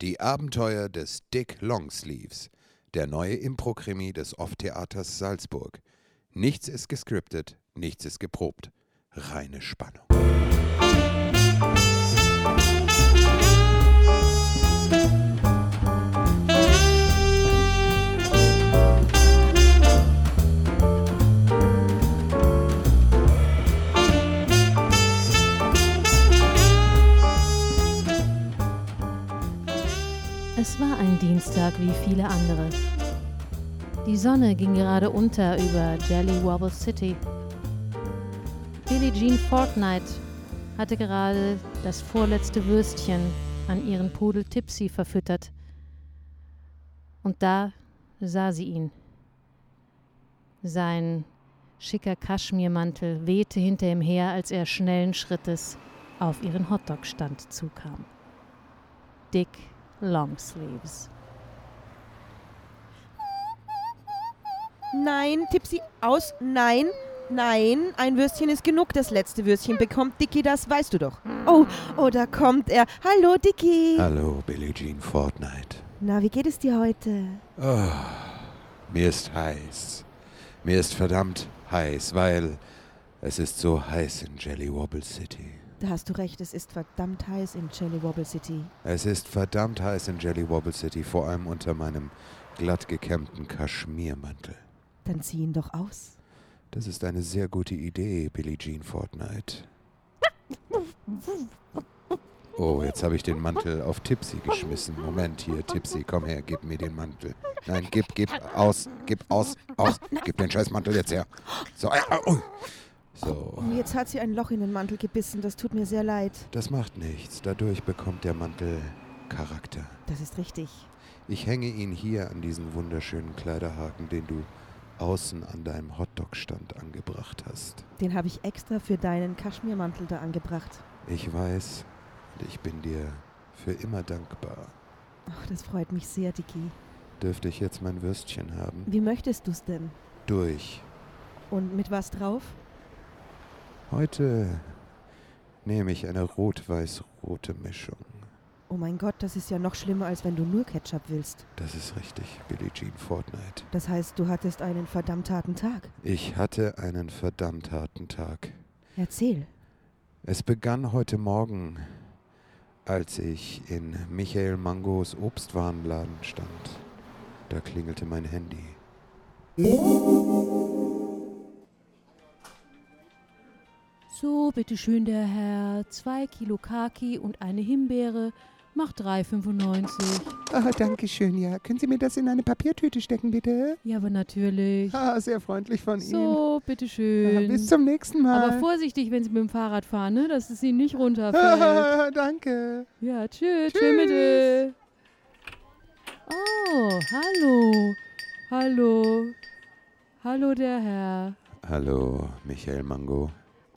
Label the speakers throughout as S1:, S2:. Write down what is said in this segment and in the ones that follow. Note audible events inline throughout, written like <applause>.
S1: Die Abenteuer des Dick Longsleeves, der neue Impro-Krimi des Off-Theaters Salzburg. Nichts ist gescriptet, nichts ist geprobt. Reine Spannung.
S2: Es war ein Dienstag wie viele andere. Die Sonne ging gerade unter über Jelly Wobble City. Billie Jean Fortnite hatte gerade das vorletzte Würstchen an ihren Pudel Tipsy verfüttert. Und da sah sie ihn. Sein schicker Kaschmirmantel wehte hinter ihm her, als er schnellen Schrittes auf ihren Hotdog-Stand zukam. Dick Longsleeves.
S3: Nein, Tipsy, aus, nein, nein, ein Würstchen ist genug. Das letzte Würstchen bekommt Dicky, das weißt du doch. Oh, oh, da kommt er. Hallo, Dicky.
S1: Hallo, Billie Jean Fortnite. Ah,
S3: Na, wie geht es dir heute?
S1: Mir ist heiß. Mir ist verdammt heiß, weil es ist so heiß in Jelly Wobble City.
S3: Da hast du recht, es ist verdammt heiß in Jelly Wobble City.
S1: Es ist verdammt heiß in Jelly Wobble City, vor allem unter meinem glatt gekämmten Kaschmirmantel.
S3: Dann zieh ihn doch aus.
S1: Das ist eine sehr gute Idee, Billie Jean Fortnite. Oh, jetzt habe ich den Mantel auf Tipsy geschmissen. Moment hier, Tipsy, komm her, gib mir den Mantel. Nein, gib, gib, aus, gib, aus, aus. Gib den Scheißmantel jetzt her. So, äh, äh, oh. so.
S3: Und jetzt hat sie ein Loch in den Mantel gebissen, das tut mir sehr leid.
S1: Das macht nichts. Dadurch bekommt der Mantel Charakter.
S3: Das ist richtig.
S1: Ich hänge ihn hier an diesen wunderschönen Kleiderhaken, den du außen an deinem Hotdog-Stand angebracht hast.
S3: Den habe ich extra für deinen Kaschmirmantel da angebracht.
S1: Ich weiß und ich bin dir für immer dankbar.
S3: Ach, Oh, das freut mich sehr, Dicky.
S1: Dürfte ich jetzt mein Würstchen haben?
S3: Wie möchtest du es denn?
S1: Durch.
S3: Und mit was drauf?
S1: Heute nehme ich eine rot-weiß-rote Mischung.
S3: Oh mein Gott, das ist ja noch schlimmer, als wenn du nur Ketchup willst.
S1: Das ist richtig, Billie Jean Fortnite.
S3: Das heißt, du hattest einen verdammt harten Tag.
S1: Ich hatte einen verdammt harten Tag.
S3: Erzähl. <coughs>
S1: Es begann heute Morgen, als ich in Michael Mangos Obstwarenladen stand. Da klingelte mein Handy.
S2: So, bitteschön, der Herr. Zwei Kilo Kaki und eine Himbeere macht 3,95.
S4: Ah, danke schön, ja. Können Sie mir das in eine Papiertüte stecken, bitte?
S2: Ja, aber natürlich.
S4: Ah, sehr freundlich von
S2: So,
S4: Ihnen. Ah,
S2: bitteschön.
S4: bis zum nächsten Mal.
S2: aber vorsichtig, wenn Sie mit dem Fahrrad fahren, ne? dass es Ihnen nicht
S4: <laughs>
S2: runterfällt.
S4: ah, danke.
S2: Ja, tschüss. Tschüss. bitte. Oh, hallo. Hallo. Hallo, der Herr.
S1: Hallo, Michael Mango.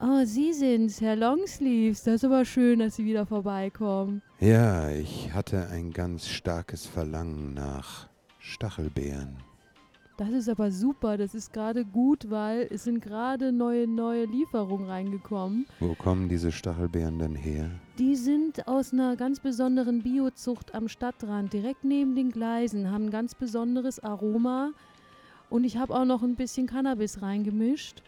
S2: Oh, Sie sind's, Herr Longsleeves. Das ist aber schön, dass Sie wieder vorbeikommen.
S1: Ja, ich hatte ein ganz starkes Verlangen nach Stachelbeeren.
S2: Das ist aber super. Das ist gerade gut, weil es sind gerade neue, neue Lieferungen reingekommen.
S1: Wo kommen diese Stachelbeeren denn her?
S2: Die sind aus einer ganz besonderen Biozucht am Stadtrand, direkt neben den Gleisen, haben ein ganz besonderes Aroma. Und ich habe auch noch ein bisschen Cannabis reingemischt.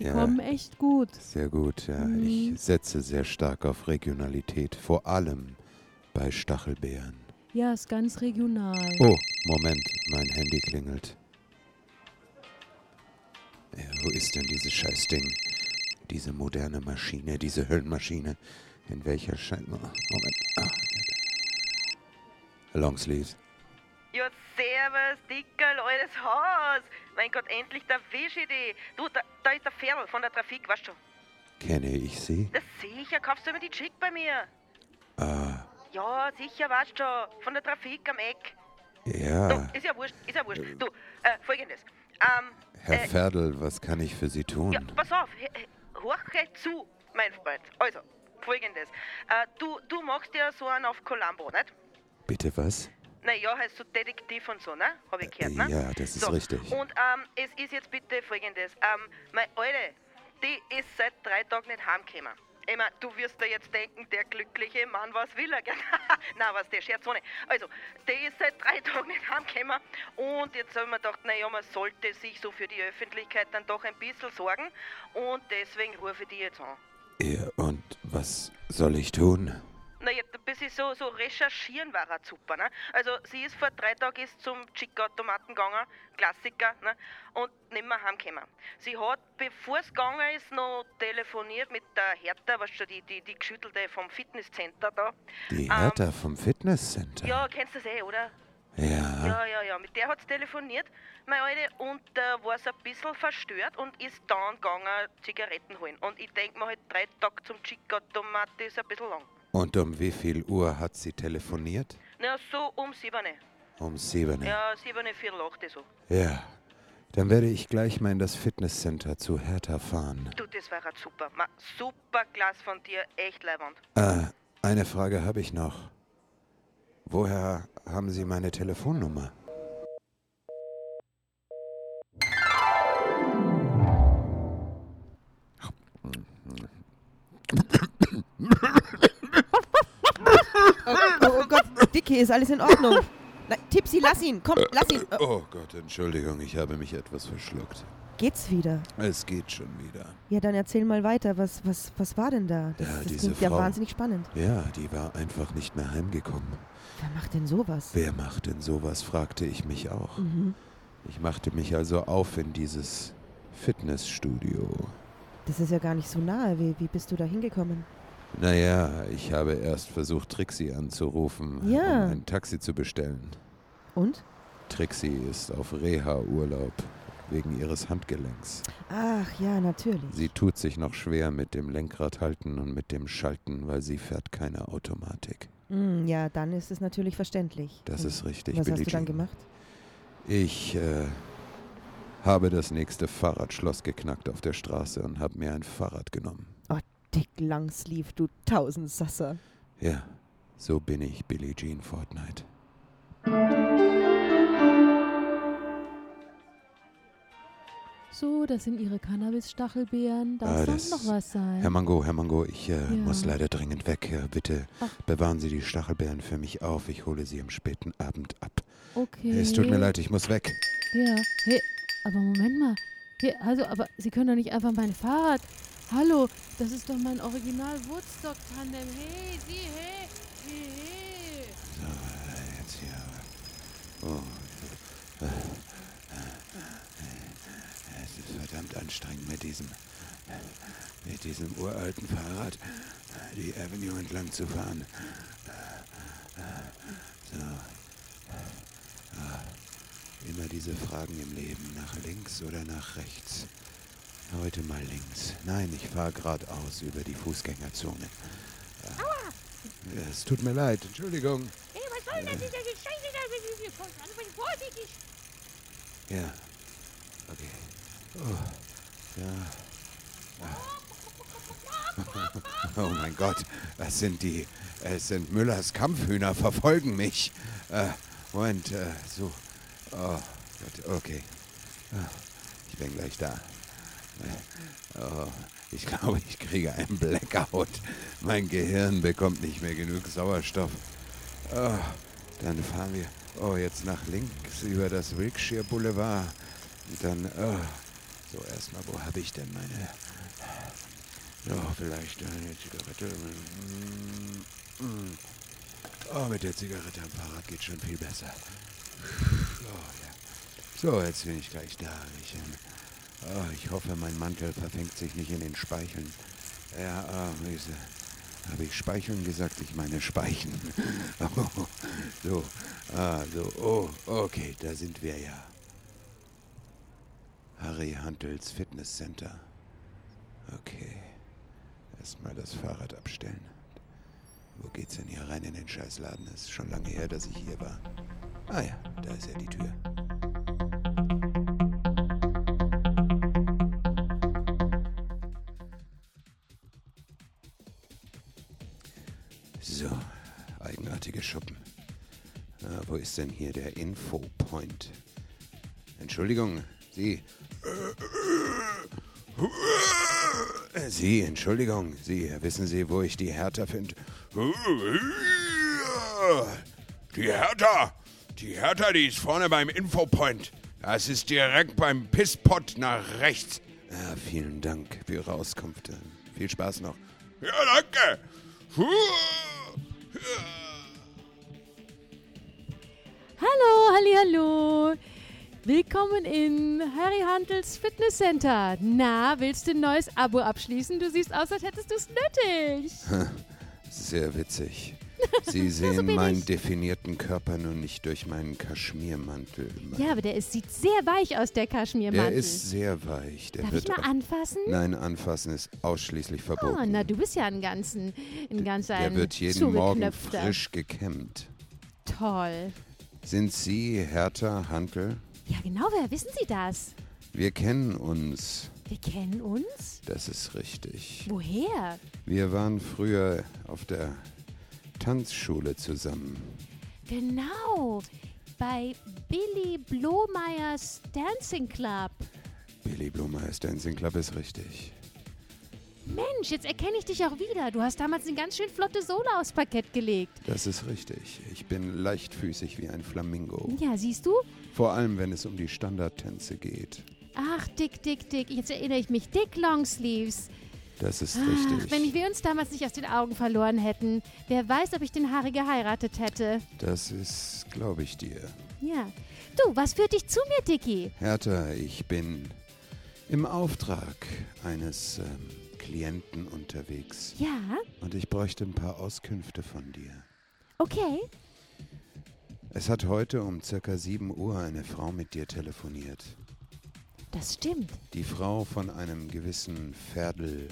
S2: Die
S1: Ja.
S2: kommen echt gut.
S1: Sehr gut, ja.
S2: Mhm.
S1: Ich setze sehr stark auf Regionalität, vor allem bei Stachelbeeren.
S2: Ja, ist ganz regional.
S1: Oh, Moment, mein Handy klingelt. Ja, wo ist denn dieses Scheißding? Diese moderne Maschine, diese Höllenmaschine. In welcher Schei... Oh, Moment. Ah. Longsleeves.
S5: Ja, servus, Dickerl, altes Haus. Mein Gott, endlich, da wisch ich dich. Du, da, da ist der Ferl von der Trafik, weißt schon.
S1: Kenne ich sie?
S5: Das sicher, kaufst du immer die Chick bei mir?
S1: Ah,
S5: Ja, sicher, weißt schon. Von der Trafik am Eck. Du,
S1: ja.
S5: ist ja wurscht, ist ja wurscht. Du, äh, folgendes. Ähm,
S1: Herr Ferdl, was kann ich für Sie tun?
S5: ja, pass auf, h- h- horch gleich zu, mein Freund. Also, folgendes. Äh, du, du machst ja so einen auf Columbo, nicht?
S1: Bitte was?
S5: Naja, heißt so Detektiv und so, ne? Hab ich gehört, ne?
S1: Ja, das ist
S5: so.
S1: richtig.
S5: Und ähm, es ist jetzt bitte folgendes. Ähm, meine Alte, die ist seit drei Tagen nicht heimgekommen. Ich mein, du wirst dir jetzt denken, der glückliche Mann, was will er? gell? <laughs> Na, was der Scherz ohne. Also, der ist seit drei Tagen nicht heimgekommen und jetzt haben wir gedacht, naja, man sollte sich so für die Öffentlichkeit dann doch ein bisschen sorgen und deswegen rufe ich die jetzt an.
S1: Ja, und was soll ich tun?
S5: Naja, ein bisschen so, so recherchieren war halt super, ne? Also sie ist vor drei Tagen ist zum Chico-Automaten gegangen, Klassiker, ne? Und nicht mehr heimgekommen. Sie hat, bevor es gegangen ist, noch telefoniert mit der Hertha, was schon die, die, die geschüttelte vom Fitnesscenter da.
S1: Die
S5: Ähm,
S1: Hertha vom Fitnesscenter.
S5: Ja, kennst du das eh, oder?
S1: Ja.
S5: Ja, ja, ja, mit der hat sie telefoniert, meine Alte, und da war sie ein bisschen verstört und ist dann gegangen Zigaretten holen. Und ich denke mir halt, drei Tage zum Chico-Automaten ist ein bisschen lang.
S1: Und um wie viel Uhr hat sie telefoniert?
S5: Na, so um sieben.
S1: Um sieben.
S5: Ja, sieben, viertel, acht, so.
S1: ja. Dann werde ich gleich mal in das Fitnesscenter zu Hertha fahren.
S5: Du, das war grad super. Ma, super Glas von dir, echt leibend.
S1: Äh, eine Frage habe ich noch. Woher haben Sie meine Telefonnummer?
S3: Oh, oh, oh Gott, Dicky, ist alles in Ordnung? Na, Tipsy, lass ihn. Komm, lass ihn. Oh,
S1: Oh Gott, Entschuldigung, ich habe mich etwas verschluckt.
S3: geht's wieder?
S1: Es geht schon wieder.
S3: Ja, dann erzähl mal weiter. Was, was, was war denn da? Das,
S1: Ja,
S3: das
S1: diese
S3: klingt ja
S1: Frau.
S3: wahnsinnig spannend.
S1: Ja, die war einfach nicht mehr heimgekommen.
S3: Wer macht denn sowas?
S1: Wer macht denn sowas, fragte ich mich auch.
S3: Mhm.
S1: Ich machte mich also auf in dieses Fitnessstudio.
S3: Das ist ja gar nicht so nahe. Wie, wie bist du da hingekommen?
S1: Naja, ich habe erst versucht, Trixie anzurufen,
S3: Ja.
S1: um ein Taxi zu bestellen.
S3: Und?
S1: Trixie ist auf Reha-Urlaub wegen ihres Handgelenks.
S3: Ach ja, natürlich.
S1: Sie tut sich noch schwer mit dem Lenkrad halten und mit dem Schalten, weil sie fährt keine Automatik.
S3: Hm, ja, dann ist es natürlich verständlich.
S1: Das
S3: Und
S1: ist richtig.
S3: Was
S1: Billie
S3: hast du dann
S1: Jean.
S3: gemacht?
S1: Ich äh, habe das nächste Fahrradschloss geknackt auf der Straße und habe mir ein Fahrrad genommen.
S3: Dick Langsleeve, du Tausendsasser.
S1: Ja, so bin ich Billie Jean Fortnite.
S2: So, das sind ihre Cannabis-Stachelbeeren. Da
S1: Ah,
S2: sonst
S1: das-
S2: noch was sein.
S1: Herr Mango, Herr Mango, ich äh,
S2: Ja.
S1: muss leider dringend weg. Äh, bitte
S2: Ach.
S1: bewahren Sie die Stachelbeeren für mich auf. Ich hole sie am späten Abend ab.
S2: okay.
S1: Es tut mir leid, ich muss weg.
S2: Ja, hey, aber Moment mal. Hier, also, aber Sie können doch nicht einfach mein Fahrrad. Hallo, das ist doch mein Original Woodstock Tandem. Hey, Sie, hey, hey, hey.
S1: Jetzt hier. Oh. Es ist verdammt anstrengend mit diesem, mit diesem uralten Fahrrad die Avenue entlang zu fahren. So. Ah. Immer diese Fragen im Leben, nach links oder nach rechts. Heute mal links. Nein, ich fahre geradeaus über die Fußgängerzone. Ah. Es tut mir leid, Entschuldigung.
S6: Hey, was soll das? Das ist ja die Scheiße, da wenn du hier kommst. Also bin vorsichtig.
S1: Ja. Okay. Oh. Ja. <laughs> Oh mein Gott, es sind die, es sind Müllers Kampfhühner, verfolgen mich. Äh, Moment, äh, so. Oh Gott, okay. Ah, Ich bin gleich da. Äh, Oh, ich glaube, ich kriege einen Blackout. Mein Gehirn bekommt nicht mehr genug Sauerstoff. Ah, dann fahren wir, oh, jetzt nach links über das Wilkshire Boulevard. Und dann, ah, so erstmal, wo habe ich denn meine... Ja, vielleicht eine Zigarette. Mm, mm. Oh, mit der Zigarette am Fahrrad geht schon viel besser. Oh, So, ja. so jetzt bin ich gleich da. Ich, ähm, oh, ich hoffe, mein Mantel verfängt sich nicht in den Speicheln. Ja, oh, ist, äh, habe ich Speicheln gesagt? Ich meine Speichen. <laughs> Oh, so, ah, so, oh, okay, da sind wir ja. Harry Hantels Fitnesscenter. Okay. Erstmal das Fahrrad abstellen. Wo geht's denn hier rein in den Scheißladen? Ist schon lange her, dass ich hier war. Ah ja, da ist ja die Tür. So, eigenartige Schuppen. Ah, wo ist denn hier der Infopoint? Entschuldigung, Sie. Äh, Sie, Entschuldigung, Sie, wissen Sie, wo ich die Hertha finde? Die Hertha! Die Hertha, die ist vorne beim Infopoint. Das ist direkt beim Pisspot nach rechts. Ah, vielen Dank für Ihre Auskunft. Viel Spaß noch. Ja, danke!
S2: Hallo, halli, hallo. Willkommen im Harry Handels Fitness Center. Na, willst du ein neues Abo abschließen? Du siehst aus, als hättest du
S1: <laughs>
S2: es nötig.
S1: Sehr
S2: <laughs>
S1: witzig. Sie sehen
S2: bin
S1: meinen
S2: ich.
S1: definierten Körper nur nicht durch meinen Kaschmirmantel.
S2: Ja, aber der ist, sieht sehr weich aus, der
S1: Der
S2: Kaschmirmantel.
S1: ist sehr weich. Der
S2: Darf
S1: wird <laughs>
S2: ich mal
S1: auch-
S2: anfassen?
S1: Nein, anfassen ist ausschließlich verboten.
S2: Ah, na, du bist ja ein ganzen, ein ganz ein
S1: Der wird jeden Morgen
S2: zugeknöpfter.
S1: frisch gekämmt.
S2: Toll.
S1: Sind Sie Hertha Hantel?
S2: Ja, genau, wer wissen Sie das?
S1: Wir kennen uns.
S2: Wir kennen uns?
S1: Das ist richtig.
S2: Woher?
S1: Wir waren früher auf der Tanzschule zusammen.
S2: Genau. Bei Billy Blomeyers Dancing Club.
S1: Billy Blumer ist Dancing Club, ist richtig.
S2: Mensch, jetzt erkenne ich dich auch wieder. Du hast damals eine ganz schön flotte Sohle aufs Parkett gelegt.
S1: Das ist richtig. Ich bin leichtfüßig wie ein Flamingo.
S2: Ja, siehst du?
S1: Vor allem, wenn es um die Standardtänze geht.
S2: Ach, dick, dick, dick. Jetzt erinnere ich mich. Dick Longsleeves.
S1: Das ist
S2: Ach, Ah, wenn
S1: richtig.
S2: wir uns damals nicht aus den Augen verloren hätten. Wer weiß, ob ich den Harry geheiratet hätte.
S1: Das ist, glaube ich dir.
S2: Ja. Du, was führt dich zu mir, Dicky?
S1: Hertha, ich bin im Auftrag eines ähm, Klienten unterwegs
S2: Ja,
S1: und ich bräuchte ein paar Auskünfte von dir.
S2: okay.
S1: Es hat heute um circa 7 Uhr eine Frau mit dir telefoniert.
S2: Das stimmt.
S1: Die Frau von einem gewissen Ferdel.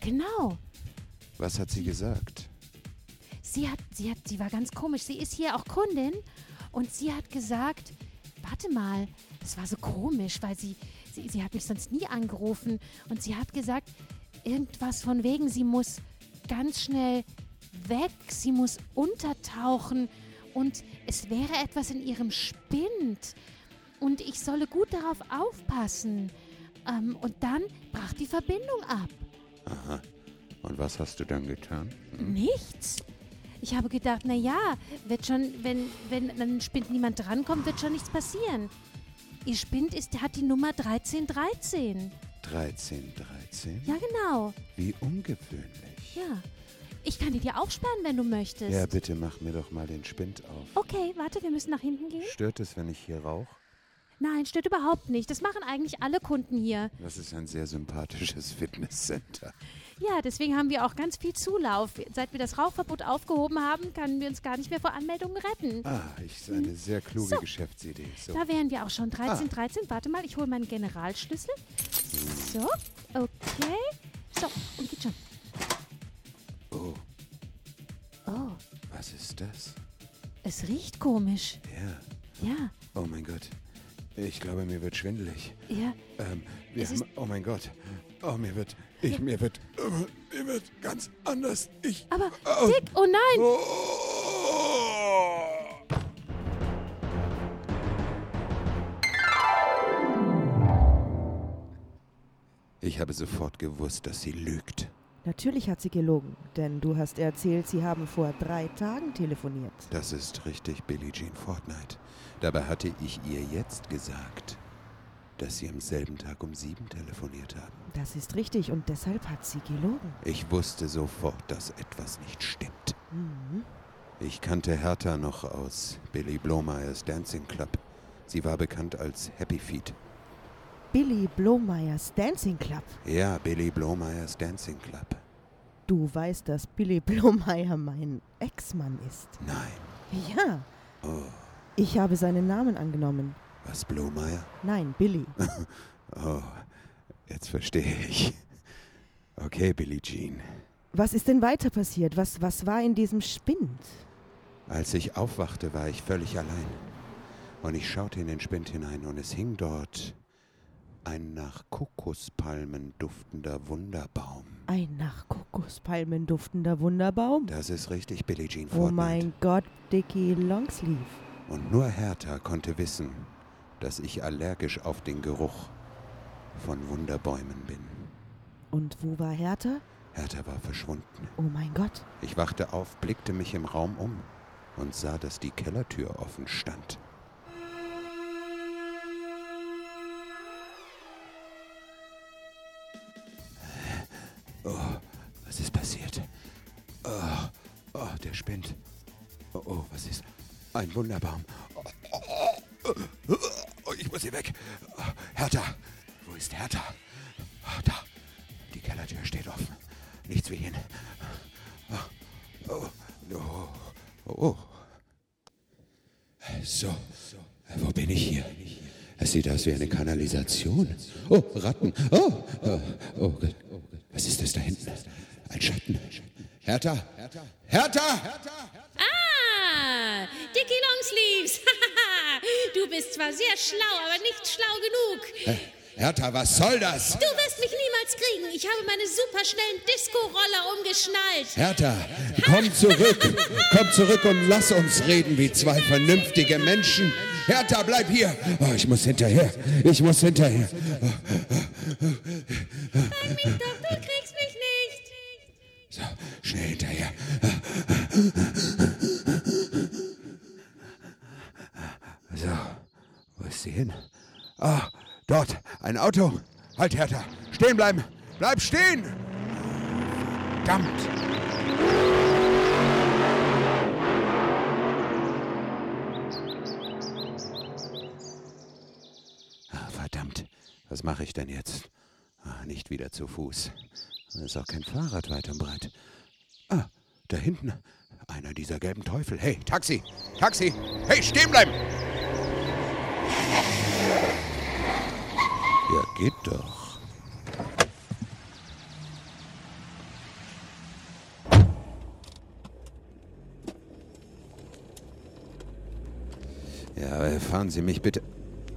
S2: Genau.
S1: Was hat sie gesagt?
S2: Sie hat, sie hat, sie war ganz komisch. Sie ist hier auch Kundin und sie hat gesagt, warte mal, es war so komisch, weil sie, sie, sie hat mich sonst nie angerufen und sie hat gesagt, irgendwas von wegen, sie muss ganz schnell weg, sie muss untertauchen und es wäre etwas in ihrem Spind und ich solle gut darauf aufpassen. Ähm, und dann brach die Verbindung ab.
S1: Und was hast du dann getan?
S2: Nichts. Ich habe gedacht, na ja, wird schon, wenn, wenn an den Spind niemand drankommt, wird schon nichts passieren. Ihr Spind ist, hat die Nummer 1313.
S1: 13, 13?
S2: Ja, genau.
S1: Wie ungewöhnlich.
S2: Ja. Ich kann die dir aufsperren, wenn du möchtest.
S1: Ja, bitte mach mir doch mal den Spind auf.
S2: okay, warte, wir müssen nach hinten gehen.
S1: Stört es, wenn ich hier rauche?
S2: Nein, stört überhaupt nicht. Das machen eigentlich alle Kunden hier.
S1: Das ist ein sehr sympathisches <laughs> Fitnesscenter.
S2: Ja, deswegen haben wir auch ganz viel Zulauf. Seit wir das Rauchverbot aufgehoben haben, können wir uns gar nicht mehr vor Anmeldungen retten.
S1: Ah, ich eine sehr kluge
S2: So.
S1: Geschäftsidee. So. Ah.
S2: Da wären wir auch schon. 13, 13. Warte mal, ich hole meinen Generalschlüssel. So, okay. So, und geht schon.
S1: Oh,
S2: Oh,
S1: was ist das?
S2: es riecht komisch.
S1: Ja.
S2: Ja,
S1: Oh mein Gott. Ich glaube, mir wird schwindelig.
S2: ja.
S1: Ähm, wir
S2: Es
S1: haben, oh mein Gott. Oh, mir wird, ich, mir wird, äh, mir wird ganz anders. Ich,
S2: Aber,
S1: oh,
S2: Dick, oh nein.
S1: oh. Ich habe sofort gewusst, dass sie lügt.
S3: Natürlich hat sie gelogen, denn du hast ihr erzählt, sie haben vor drei Tagen telefoniert.
S1: Das ist richtig, Billie Jean Fortnite. Dabei hatte ich ihr jetzt gesagt, dass sie am selben Tag um sieben telefoniert haben.
S3: Das ist richtig und deshalb hat sie gelogen.
S1: Ich wusste sofort, dass etwas nicht stimmt.
S3: Mhm.
S1: Ich kannte Hertha noch aus Billy Blomeyers Dancing Club. Sie war bekannt als Happy Feet.
S3: Billy Blomeyers Dancing Club.
S1: Ja, Billy Blomeyers Dancing Club.
S3: Du weißt, dass Billy <laughs> Blomeyer mein Ex-Mann ist.
S1: Nein,
S3: Ja. Ich habe seinen Namen angenommen.
S1: was Blomeyer?
S3: Nein, Billy.
S1: Oh, jetzt verstehe ich. Okay, Billie Jean.
S3: Was ist denn weiter passiert? Was, was war in diesem Spind?
S1: Als ich aufwachte, war ich völlig allein. Und ich schaute in den Spind hinein und es hing dort ein nach Kokospalmen duftender Wunderbaum.
S3: Ein nach Kokospalmen duftender Wunderbaum.
S1: Das ist richtig, Billie Jean
S3: Oh
S1: Fortnite.
S3: mein Gott, Dicky Longsleeve.
S1: Und nur Hertha konnte wissen, dass ich allergisch auf den Geruch von Wunderbäumen bin.
S3: Und wo war Hertha?
S1: Hertha war verschwunden.
S3: Oh mein Gott.
S1: Ich wachte auf, blickte mich im Raum um und sah, dass die Kellertür offen stand. Oh, was ist passiert? Oh, oh der spinnt. Oh, oh, was ist? Ein Wunderbaum. Oh, oh, oh, oh, ich muss hier weg. Oh, Hertha. Wo ist Hertha? Oh, da. Die Kellertür steht offen. Nichts wie hin. Oh, oh, oh, oh. So, wo bin ich hier? Es sieht aus wie eine Kanalisation. Oh, Ratten. Oh, oh, oh Gott. Was ist das da hinten? Ein Schatten. Hertha! Hertha!
S6: Ah, Dicky Longsleeves. <laughs> du bist zwar sehr schlau, aber nicht schlau genug.
S1: Hertha, was soll das?
S6: Du wirst mich niemals kriegen. Ich habe meine superschnellen Disco-Roller umgeschnallt.
S1: Hertha, komm zurück. Komm zurück und lass uns reden wie zwei vernünftige Menschen. Hertha, bleib hier. Oh, ich muss hinterher. Ich muss hinterher. Hm.
S6: Doch, du kriegst mich nicht.
S1: So, schnell hinterher. So, wo ist sie hin? Ah, dort, ein Auto. Halt, Hertha. Stehen bleiben. Bleib stehen. Verdammt. Ah, verdammt. Was mache ich denn jetzt? Ah, nicht wieder zu Fuß. Da ist auch kein Fahrrad weit und breit. Ah, da hinten. Einer dieser gelben Teufel. Hey, Taxi! Taxi! Hey, stehen bleiben! Ja, geht doch. Ja, aber fahren Sie mich bitte.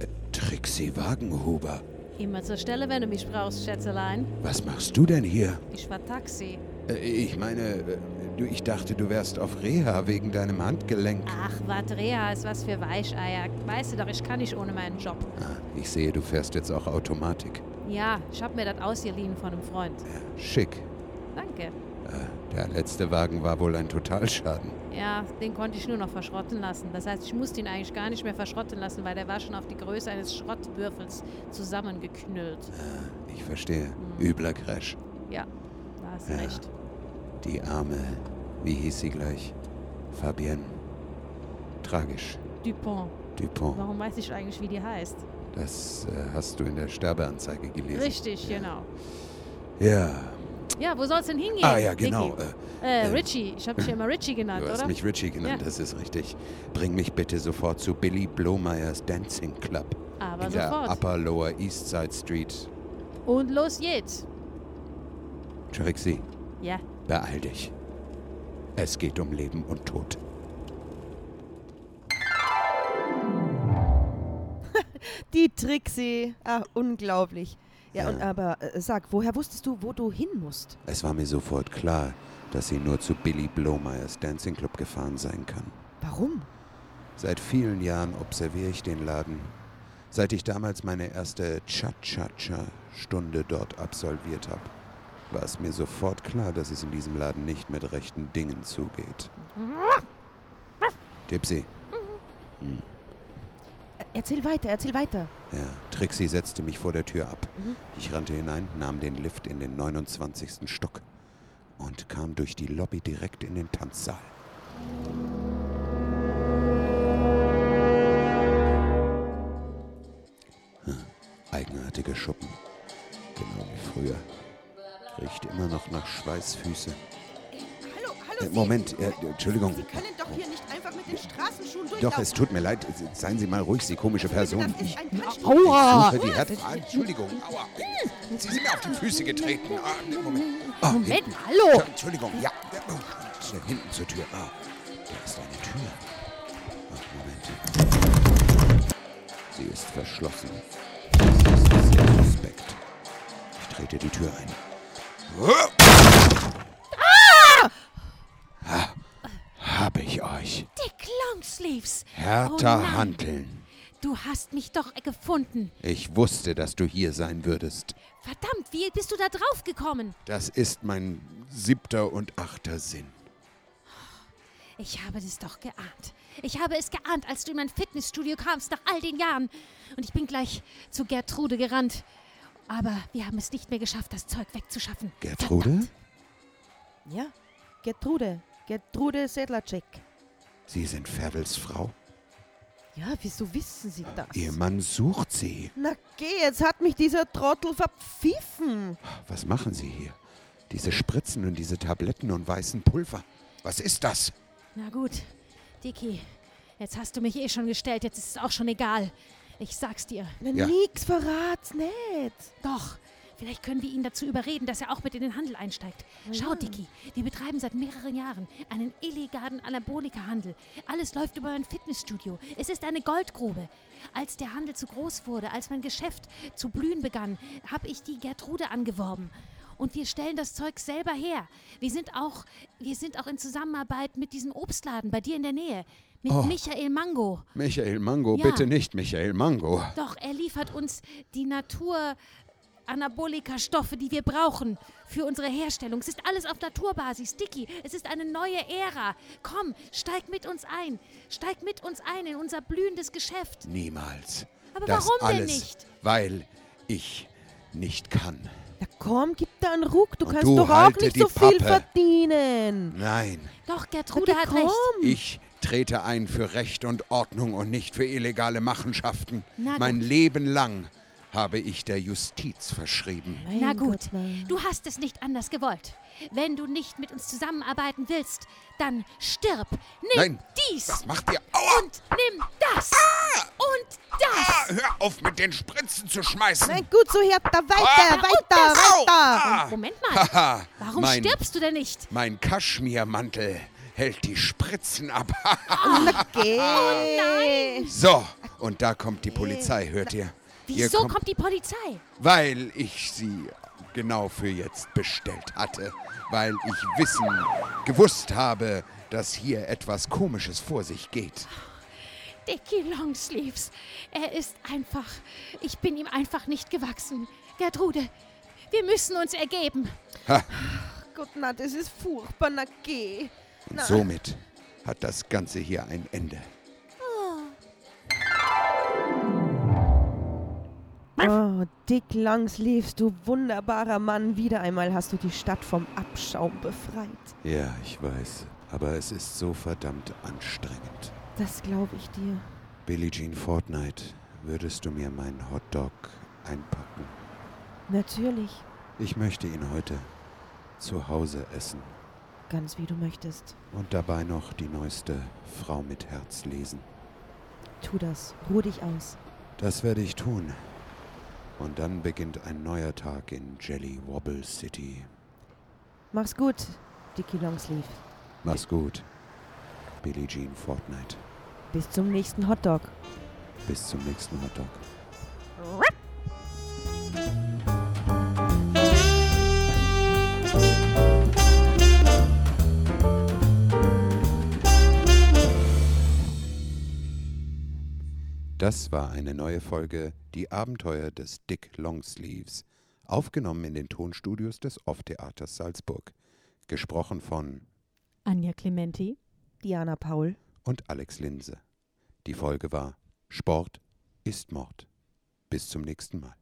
S1: Äh, Trixi Wagenhuber,
S2: Immer zur Stelle, wenn du mich brauchst, Schätzelein.
S1: was machst du denn hier?
S2: Ich war Taxi.
S1: Äh, Ich meine, äh, du, ich dachte, du wärst auf Reha wegen deinem Handgelenk.
S2: Ach, Vatrea ist was für Weicheier. Weißt du doch, ich kann nicht ohne meinen Job.
S1: Ah, Ich sehe, du fährst jetzt auch Automatik.
S2: Ja, ich hab mir das ausgeliehen von einem Freund.
S1: Schick.
S2: Danke.
S1: Der letzte Wagen war wohl ein Totalschaden.
S2: Ja, den konnte ich nur noch verschrotten lassen. Das heißt, ich musste ihn eigentlich gar nicht mehr verschrotten lassen, weil der war schon auf die Größe eines Schrottwürfels zusammengeknüllt.
S1: Ich verstehe.
S2: Hm.
S1: Übler Crash.
S2: Ja, da hast
S1: Ja.
S2: recht.
S1: Die arme, wie hieß sie gleich? Fabienne. Tragisch.
S2: Dupont.
S1: Dupont.
S2: Warum weiß ich eigentlich, wie die heißt?
S1: Das äh, hast du in der Sterbeanzeige gelesen.
S2: Richtig, genau.
S1: Ja.
S2: Ja, wo soll's denn hingehen?
S1: Ah ja, genau.
S2: Dicky?
S1: Äh, äh,
S2: Äh, Richie. Ich habe dich ja immer Richie genannt,
S1: du hast
S2: oder?
S1: mich Richie genannt,
S2: Ja.
S1: das ist richtig. Bring mich bitte sofort zu Billy Blomeyers Dancing Club.
S2: Aber
S1: in der
S2: sofort.
S1: Upper Lower East Side Street.
S2: Und los geht's.
S1: Trixie,
S2: Ja.
S1: beeil dich. Es geht um Leben und Tod.
S3: Die Trixie. Ah, unglaublich. Ja, Und, aber äh, sag, woher wusstest du, wo du hin musst?
S1: Es war mir sofort klar, dass sie nur zu Billy Blomeyers Dancing Club gefahren sein kann.
S3: Warum?
S1: Seit vielen Jahren observiere ich den Laden. Seit ich damals meine erste Cha-Cha-Cha-Stunde dort absolviert habe, war es mir sofort klar, dass es in diesem Laden nicht mit rechten Dingen zugeht. Tipsy,
S3: Äh, Erzähl weiter, erzähl weiter.
S1: Ja, Trixie setzte mich vor der Tür ab. Ich rannte hinein, nahm den Lift in den 29. Stock und kam durch die Lobby direkt in den Tanzsaal. Hm, Eigenartige Schuppen. Genau wie früher. Riecht immer noch nach Schweißfüße.
S3: Hallo, hallo.
S1: Äh, Moment, äh, Entschuldigung.
S3: können doch hier nicht einfach mit den Straßenschuhen durchlaufen.
S1: Doch, es tut mir leid. Seien Sie mal ruhig, Sie komische Person. Ich
S3: ein Tanzschuh.
S1: Aua! Die Herd ah, Entschuldigung, aua. Sie sind mir auf die Füße getreten. Ah, nee, Moment. Ah,
S2: Moment,
S1: hinten.
S2: hallo.
S1: Ja, Entschuldigung, ja. Oh, Schnell hinten zur Tür. Ah, da ist eine Tür. Ah, Moment. Sie ist verschlossen. Das ist sehr suspekt. Ich trete die Tür ein. Oh! Ah! Hab ich euch.
S6: Dick Longsleeves.
S1: Härter
S6: Oh nein.
S1: handeln.
S2: Du hast mich doch gefunden.
S1: Ich wusste, dass du hier sein würdest.
S2: Verdammt, wie bist du da drauf gekommen?
S1: Das ist mein siebter und achter Sinn.
S2: Ich habe das doch geahnt. Ich habe es geahnt, als du in mein Fitnessstudio kamst nach all den Jahren. Und ich bin gleich zu Gertrude gerannt. Aber wir haben es nicht mehr geschafft, das Zeug wegzuschaffen.
S1: Gertrude?
S2: Verdammt.
S3: Ja, Gertrude. Gertrude Sedlacek.
S1: Sie sind Ferdels Frau.
S3: Ja, wieso wissen Sie das?
S1: Ihr Mann sucht sie.
S3: Na geh, jetzt hat mich dieser Trottel verpfiffen.
S1: Was machen Sie hier? Diese Spritzen und diese Tabletten und weißen Pulver. Was ist das?
S2: Na gut, Dicky, jetzt hast du mich eh schon gestellt, jetzt ist es auch schon egal. Ich sag's dir.
S3: Na,
S1: Ja.
S3: nix verrat's nicht.
S2: Doch, vielleicht können wir ihn dazu überreden, dass er auch mit in den Handel einsteigt. Schau, Dicky, wir betreiben seit mehreren Jahren einen illegalen Anabolika-Handel. Alles läuft über ein Fitnessstudio. Es ist eine Goldgrube. Als der Handel zu groß wurde, als mein Geschäft zu blühen begann, habe ich die Gertrude angeworben. Und wir stellen das Zeug selber her. Wir sind auch, wir sind auch in Zusammenarbeit mit diesem Obstladen bei dir in der Nähe. Mit Michael Mango.
S1: Michael Mango,
S2: Ja.
S1: bitte nicht Michael Mango.
S2: Doch, er liefert uns die Natur. Anabolika-Stoffe, die wir brauchen für unsere Herstellung. Es ist alles auf Naturbasis. Dicky, es ist eine neue Ära. Komm, steig mit uns ein. Steig mit uns ein in unser blühendes Geschäft.
S1: Niemals.
S2: Aber
S1: das
S2: warum denn
S1: alles,
S2: nicht?
S1: Weil ich nicht kann.
S3: Na komm, gib da einen Ruck. Du
S1: Und
S3: kannst
S1: du
S3: doch auch
S1: halte
S3: nicht
S1: die
S3: so viel
S1: Pappe.
S3: verdienen.
S1: Nein,
S2: Doch,
S3: Na
S2: Gertrude
S3: geh,
S2: hat
S3: komm.
S2: recht.
S1: ich trete ein für Recht und Ordnung und nicht für illegale Machenschaften.
S2: Na gut.
S1: mein Leben lang habe ich der Justiz verschrieben.
S3: Mein
S2: Na
S3: Gott,
S2: gut,
S3: nein.
S2: du hast es nicht anders gewollt. Wenn du nicht mit uns zusammenarbeiten willst, dann stirb. Nimm
S1: Nein.
S2: dies
S1: Was macht ihr? Aua!
S2: und nimm das und das.
S1: Ah, hör auf mit den Spritzen zu schmeißen!
S3: Nein, gut, so hört da weiter,
S2: Ah, und
S3: weiter,
S2: das auch.
S3: weiter.
S1: Ah.
S2: Moment mal.
S1: Haha,
S2: Warum
S1: mein-
S2: stirbst du denn nicht?
S1: Mein Kaschmirmantel hält die Spritzen ab.
S3: Na geh.
S2: Ah,
S3: Oh nein.
S1: so, und da kommt die Polizei, hört ihr? Hier
S2: Äh, Wieso kommt die Polizei?
S1: Weil ich sie genau für jetzt bestellt hatte. Weil ich wissen, gewusst habe, dass hier etwas Komisches vor sich geht.
S2: Dicky Longsleeves. Er ist einfach. Ich bin ihm einfach nicht gewachsen. Gertrude, wir müssen uns ergeben. ah.
S3: Gott, na, das ist furchtbar. Na geh.
S1: Und somit hat das Ganze hier ein Ende.
S3: Oh, Dick Longsleeves, du wunderbarer Mann. Wieder einmal hast du die Stadt vom Abschaum befreit.
S1: Ja, ich weiß. Aber es ist so verdammt anstrengend.
S3: Das glaube ich dir.
S1: Billie Jean Fortnite, würdest du mir meinen Hotdog einpacken?
S3: Natürlich,
S1: Ich möchte ihn heute zu Hause essen
S3: ganz wie du möchtest.
S1: und dabei noch die neueste Frau mit Herz lesen.
S3: Tu das. Ruh dich aus.
S1: Das werde ich tun. Und dann beginnt ein neuer Tag in Jelly Wobble City.
S3: Mach's gut, Dicky Longsleeve.
S1: Mach's gut. Billie Jean Fortnite.
S3: Bis zum nächsten Hotdog.
S1: Bis zum nächsten Hotdog. Das war eine neue Folge Die Abenteuer des Dick Longsleeves, aufgenommen in den Tonstudios des Off-Theaters Salzburg. Gesprochen von
S2: Anja Clementi.
S3: Diana Paul.
S1: und Alex Linse. Die Folge war Sport ist Mord. Bis zum nächsten Mal.